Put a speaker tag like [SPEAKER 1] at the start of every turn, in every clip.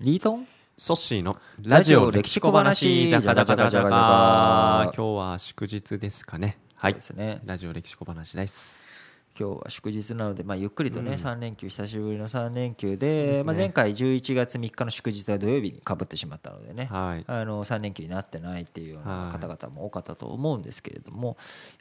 [SPEAKER 1] リートン
[SPEAKER 2] ソッシーの
[SPEAKER 1] ラジオ歴史小話
[SPEAKER 2] じゃかじゃかじゃかじ
[SPEAKER 1] じ
[SPEAKER 2] ゃ
[SPEAKER 1] ゃかじゃかじゃ
[SPEAKER 2] か
[SPEAKER 1] か
[SPEAKER 2] 今日は祝日ですかねはい
[SPEAKER 1] ですね
[SPEAKER 2] ラジオ歴史小話です
[SPEAKER 1] 今日は祝日なので、まあ、ゆっくりとね、
[SPEAKER 2] うん
[SPEAKER 1] 3連休久しぶりの3連休
[SPEAKER 2] そう
[SPEAKER 1] で
[SPEAKER 2] ですね
[SPEAKER 1] まあ、前回11月3日の祝日は土曜日にかぶってしまったのでね、
[SPEAKER 2] はい
[SPEAKER 1] あの3連休になってないっていうよう
[SPEAKER 2] は
[SPEAKER 1] ない方々も多かったと思うんですけれどもやっ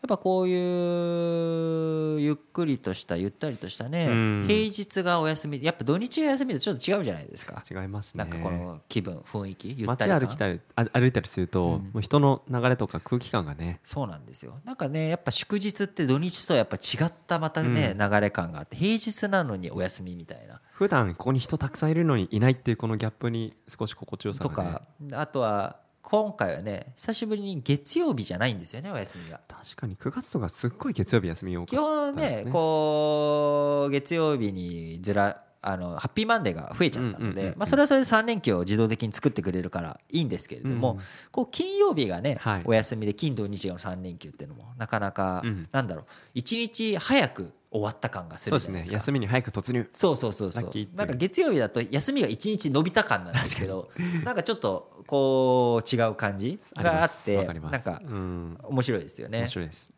[SPEAKER 1] ぱこういうゆっくりとしたゆったりとしたね、
[SPEAKER 2] うん
[SPEAKER 1] 平日がお休みでやっぱ土日が休みとちょっと違うじゃないですか、
[SPEAKER 2] 違いますね
[SPEAKER 1] なんかこの気分雰囲気ゆった
[SPEAKER 2] 街
[SPEAKER 1] り
[SPEAKER 2] 歩
[SPEAKER 1] 感
[SPEAKER 2] きたりあ歩いたりすると
[SPEAKER 1] うん
[SPEAKER 2] もう人の流れとか空気感がね
[SPEAKER 1] そうなんですよなんかねやっぱ祝日って土日とはやっぱ違ったまたね、
[SPEAKER 2] うん
[SPEAKER 1] 流れ感があって平日なのにお休みみたいな
[SPEAKER 2] 普段ここに人たくさんいるのにいないっていうこのギャップに少し心地よさ
[SPEAKER 1] と
[SPEAKER 2] がね
[SPEAKER 1] か、あとは今回はね久しぶりに月曜日じゃないんですよねお休みが。
[SPEAKER 2] 確かに9月とかすっごい月曜日休み多
[SPEAKER 1] 基
[SPEAKER 2] かっ
[SPEAKER 1] 本
[SPEAKER 2] そうで
[SPEAKER 1] ね
[SPEAKER 2] すね
[SPEAKER 1] こう月曜日にずらあのハッピーマンデーが増えちゃったの
[SPEAKER 2] うんうんうんう
[SPEAKER 1] で
[SPEAKER 2] ん
[SPEAKER 1] まあそれはそれで3連休を自動的に作ってくれるからいいんですけれども、
[SPEAKER 2] うん
[SPEAKER 1] こう金曜日がね、
[SPEAKER 2] はい
[SPEAKER 1] お休みで金土日の3連休っていうのもなかなか、
[SPEAKER 2] うん
[SPEAKER 1] なんだろう一日早く終わった感がす
[SPEAKER 2] そ
[SPEAKER 1] る
[SPEAKER 2] うで
[SPEAKER 1] じ
[SPEAKER 2] す
[SPEAKER 1] ゃない
[SPEAKER 2] ね
[SPEAKER 1] ですか。
[SPEAKER 2] 休みに早く突入
[SPEAKER 1] そうそうそうそ
[SPEAKER 2] ラッキーっ
[SPEAKER 1] う
[SPEAKER 2] ていう
[SPEAKER 1] なんか月曜日だと休みが1日伸びた感なんですけどなんかちょっとこう違う感じ
[SPEAKER 2] り
[SPEAKER 1] があ
[SPEAKER 2] ま
[SPEAKER 1] っ
[SPEAKER 2] す
[SPEAKER 1] て
[SPEAKER 2] わかります
[SPEAKER 1] なんか
[SPEAKER 2] うん
[SPEAKER 1] 面白いですよね
[SPEAKER 2] 面。白いです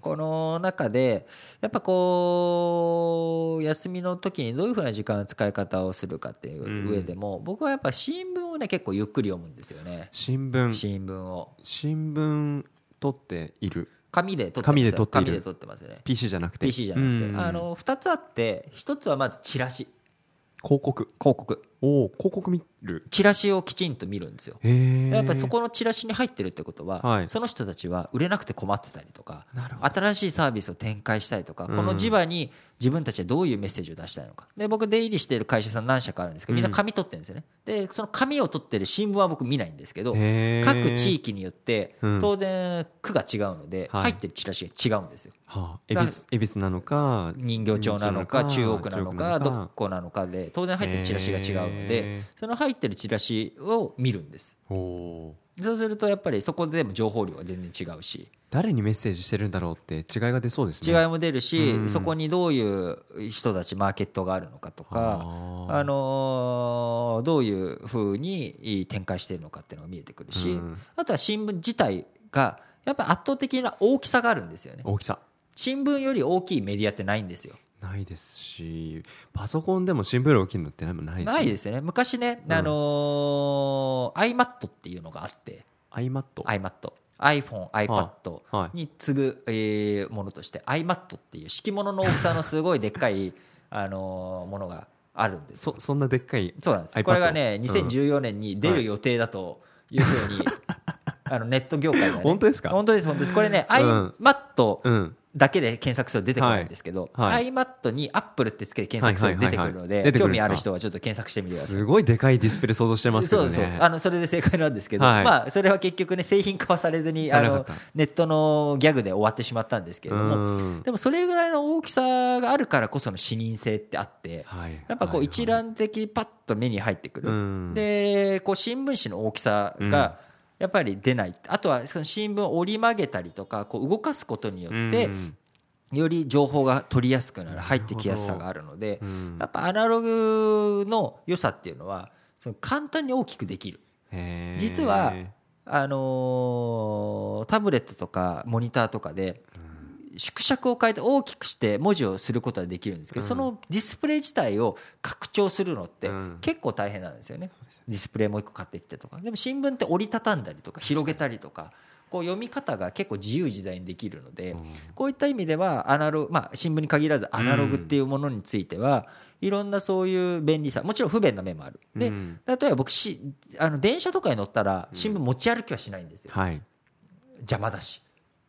[SPEAKER 1] この中でやっぱこう休みの時にどういうふうな時間の使い方をするかっていう上でも、僕はやっぱ新聞をね結構ゆっくり読むんですよね、
[SPEAKER 2] 新聞
[SPEAKER 1] 新聞を
[SPEAKER 2] 新聞取っている
[SPEAKER 1] 紙で撮ってます
[SPEAKER 2] 紙で撮っている
[SPEAKER 1] 紙で撮ってますね
[SPEAKER 2] PC じゃなくて
[SPEAKER 1] PC じゃなくて、
[SPEAKER 2] うん
[SPEAKER 1] あの2つあって1つはまずチラシ
[SPEAKER 2] 広告
[SPEAKER 1] 広告
[SPEAKER 2] おお広告見る
[SPEAKER 1] チラシをきちんと見るんですよ
[SPEAKER 2] へえ
[SPEAKER 1] やっぱりそこのチラシに入ってるってことは、
[SPEAKER 2] はい
[SPEAKER 1] その人たちは売れなくて困ってたりとか
[SPEAKER 2] なるほど
[SPEAKER 1] 新しいサービスを展開したいとか、
[SPEAKER 2] うん
[SPEAKER 1] この磁場に自分たちはどういうメッセージを出したいのかで僕出入りしている会社さん何社かあるんですけどみんな紙取ってるんですよね、でその紙を取ってる新聞は僕見ないんですけど
[SPEAKER 2] へー
[SPEAKER 1] 各地域によって
[SPEAKER 2] うん
[SPEAKER 1] 当然区が違うので、
[SPEAKER 2] はい
[SPEAKER 1] 入ってるチラシが違うんですよ
[SPEAKER 2] はあ恵比寿恵比寿なのか
[SPEAKER 1] 人形町なのか中央区なのか
[SPEAKER 2] 中央区な
[SPEAKER 1] どこなのかで当然入ってるチラシが違うので
[SPEAKER 2] へー
[SPEAKER 1] その入ってるチラシを見るんです
[SPEAKER 2] おお
[SPEAKER 1] そうするとやっぱりそこでも情報量が全然違うし
[SPEAKER 2] 誰にメッセージしてるんだろうって違いが出そうです
[SPEAKER 1] 違
[SPEAKER 2] ね
[SPEAKER 1] いも出るし、
[SPEAKER 2] うん
[SPEAKER 1] そこにどういう人たちマーケットがあるのかとか、
[SPEAKER 2] はあ
[SPEAKER 1] あのーどういうふうに展開しているのかっていうのが見えてくるし、
[SPEAKER 2] うん
[SPEAKER 1] あとは新聞自体がやっぱり圧倒的な大きさがあるんですよね
[SPEAKER 2] 大きさ
[SPEAKER 1] 新聞より大きいメディアってないんですよ
[SPEAKER 2] ないですしパソコンでも新聞より大きいのってなんもないです
[SPEAKER 1] ないですすよね昔ね、
[SPEAKER 2] うん
[SPEAKER 1] あのー iMAT っていうのがあって
[SPEAKER 2] アイマット
[SPEAKER 1] iMAT iPhone、iPad
[SPEAKER 2] はい
[SPEAKER 1] に次ぐ、えーものとして iMAT っていう敷物の大きさのすごいでっかい、 あのーものがあるんですよ
[SPEAKER 2] そそんなでっかい
[SPEAKER 1] そうなんです
[SPEAKER 2] iPad
[SPEAKER 1] これがね
[SPEAKER 2] うん
[SPEAKER 1] 2014年に出る予定だというふうに、あのネット業界が、ね、
[SPEAKER 2] 本当ですか
[SPEAKER 1] 本当です本当ですこれね、
[SPEAKER 2] うん
[SPEAKER 1] iMAT
[SPEAKER 2] うん
[SPEAKER 1] だけで検索すると出てこないんですけど、
[SPEAKER 2] はい
[SPEAKER 1] iMAT に Apple ってつけて検索すると出てくるので、
[SPEAKER 2] はいはいはいはい出てくる
[SPEAKER 1] 興
[SPEAKER 2] ん
[SPEAKER 1] 味
[SPEAKER 2] ですか
[SPEAKER 1] ある人はちょっと検索してみてください
[SPEAKER 2] すごいでかいディスプレイ想像してますけ
[SPEAKER 1] そ
[SPEAKER 2] ど
[SPEAKER 1] う
[SPEAKER 2] ね
[SPEAKER 1] そうあのそれで正解なんですけど、
[SPEAKER 2] はい
[SPEAKER 1] まあ、それは結局ね製品化はされずに
[SPEAKER 2] さ
[SPEAKER 1] あ
[SPEAKER 2] れな
[SPEAKER 1] の
[SPEAKER 2] かった
[SPEAKER 1] ネットのギャグで終わってしまったんですけれども
[SPEAKER 2] うん
[SPEAKER 1] でもそれぐらいの大きさがあるからこその視認性ってあって
[SPEAKER 2] はい
[SPEAKER 1] やっぱこ
[SPEAKER 2] は
[SPEAKER 1] う
[SPEAKER 2] い
[SPEAKER 1] 一覧的にパッと目に入ってくる、
[SPEAKER 2] うん
[SPEAKER 1] でこう新聞紙の大きさがやっぱり出ない、あとはその新聞を折り曲げたりとかこう動かすことによって
[SPEAKER 2] うん
[SPEAKER 1] より情報が取りやすくな
[SPEAKER 2] な
[SPEAKER 1] る
[SPEAKER 2] るほど
[SPEAKER 1] 入ってきやすさがあるので
[SPEAKER 2] うん
[SPEAKER 1] やっぱアナログの良さっていうのはその簡単に大きくできる。
[SPEAKER 2] へー
[SPEAKER 1] 実はあのータブレットとかモニターとかで縮尺を変えて大きくして文字をすることはできるんですけど、
[SPEAKER 2] うん
[SPEAKER 1] そのディスプレイ自体を拡張するのって
[SPEAKER 2] うん
[SPEAKER 1] 結構大変なんですよね、
[SPEAKER 2] そうですよ
[SPEAKER 1] ディスプレイもう一個買ってきてとかでも新聞って折りたたんだりとか広げたりとかこう読み方が結構自由自在にできるので、
[SPEAKER 2] うん
[SPEAKER 1] こういった意味ではアナログ、まあ、新聞に限らずアナログっていうものについては、いろんなそういう便利さもちろん不便な面もある。で、
[SPEAKER 2] うん
[SPEAKER 1] 例えば僕しあの電車とかに乗ったら新聞持ち歩きはしないんですよ、
[SPEAKER 2] はい
[SPEAKER 1] 邪魔だし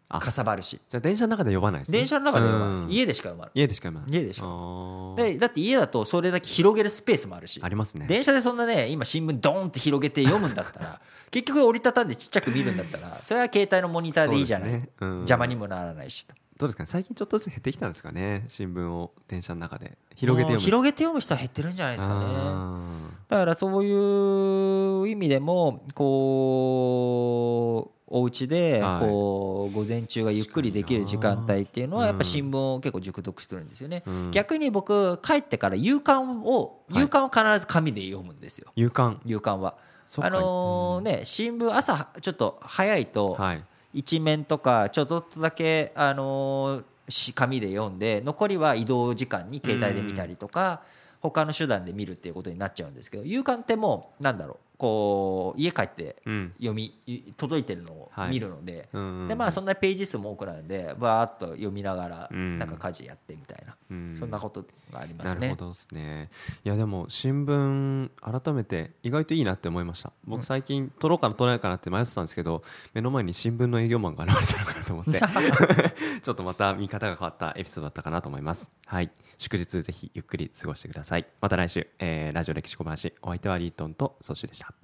[SPEAKER 2] あ
[SPEAKER 1] かさばるし
[SPEAKER 2] じゃあ電車の中で呼ばないですね
[SPEAKER 1] 電車の中で読まないです、
[SPEAKER 2] うん
[SPEAKER 1] 家でしか読まない
[SPEAKER 2] 家でしか読まない
[SPEAKER 1] 家でしか
[SPEAKER 2] あー
[SPEAKER 1] でだって家だとそれだけ広げるスペースもあるし
[SPEAKER 2] ありますね
[SPEAKER 1] 電車でそんなね今新聞ドーンって広げて読むんだった ら結局折りたたんでちっちゃく見るんだったらそれは携帯のモニターでいいじゃない、
[SPEAKER 2] そうですねうん
[SPEAKER 1] 邪魔にもならないしと
[SPEAKER 2] どうですかね最近ちょっとずつ減ってきたんですかね新聞を電車の中で広げて
[SPEAKER 1] もう
[SPEAKER 2] 読む
[SPEAKER 1] 広げて読む人は減ってるんじゃないですかね
[SPEAKER 2] あ
[SPEAKER 1] だからそういう意味でもこお家で
[SPEAKER 2] はい
[SPEAKER 1] こう午前中がゆっくりできる時間帯っていうのは
[SPEAKER 2] 確かにな
[SPEAKER 1] やっぱ新聞を結構熟読してるんですよね、
[SPEAKER 2] うん
[SPEAKER 1] 逆に僕帰ってから夕刊を
[SPEAKER 2] はい
[SPEAKER 1] 夕刊を必ず紙で読むんですよ
[SPEAKER 2] 夕刊
[SPEAKER 1] 夕刊は
[SPEAKER 2] そっ
[SPEAKER 1] あ
[SPEAKER 2] か
[SPEAKER 1] のーね新聞朝ちょっと早いと
[SPEAKER 2] はい
[SPEAKER 1] 一面とかちょっとだけあのーし紙で読んで残りは移動時間に携帯で見たりとか他の手段で見るっていうことになっちゃうんですけど夕刊ってもうなんだろうこう家帰って
[SPEAKER 2] うん
[SPEAKER 1] 読みい届いてるのを見るので,、
[SPEAKER 2] うん
[SPEAKER 1] でまあそんなページ数も多くないのでバーっと読みながら
[SPEAKER 2] うん
[SPEAKER 1] なんか家事やってみたいな、
[SPEAKER 2] うん
[SPEAKER 1] そんなことがあります
[SPEAKER 2] なる
[SPEAKER 1] ね
[SPEAKER 2] ほ。どですねいやでも新聞改めて意外といいなって思いました
[SPEAKER 1] うん
[SPEAKER 2] 僕最近取ろうかな取らないかなって迷ってたんですけど目の前に新聞の営業マンが現れたのかなと思って ちょっとまた見方が変わったエピソードだったかなと思いますはい祝日ぜひゆっくり過ごしてくださいまた来週、えーラジオ歴史小話お相手はリートンとソシでした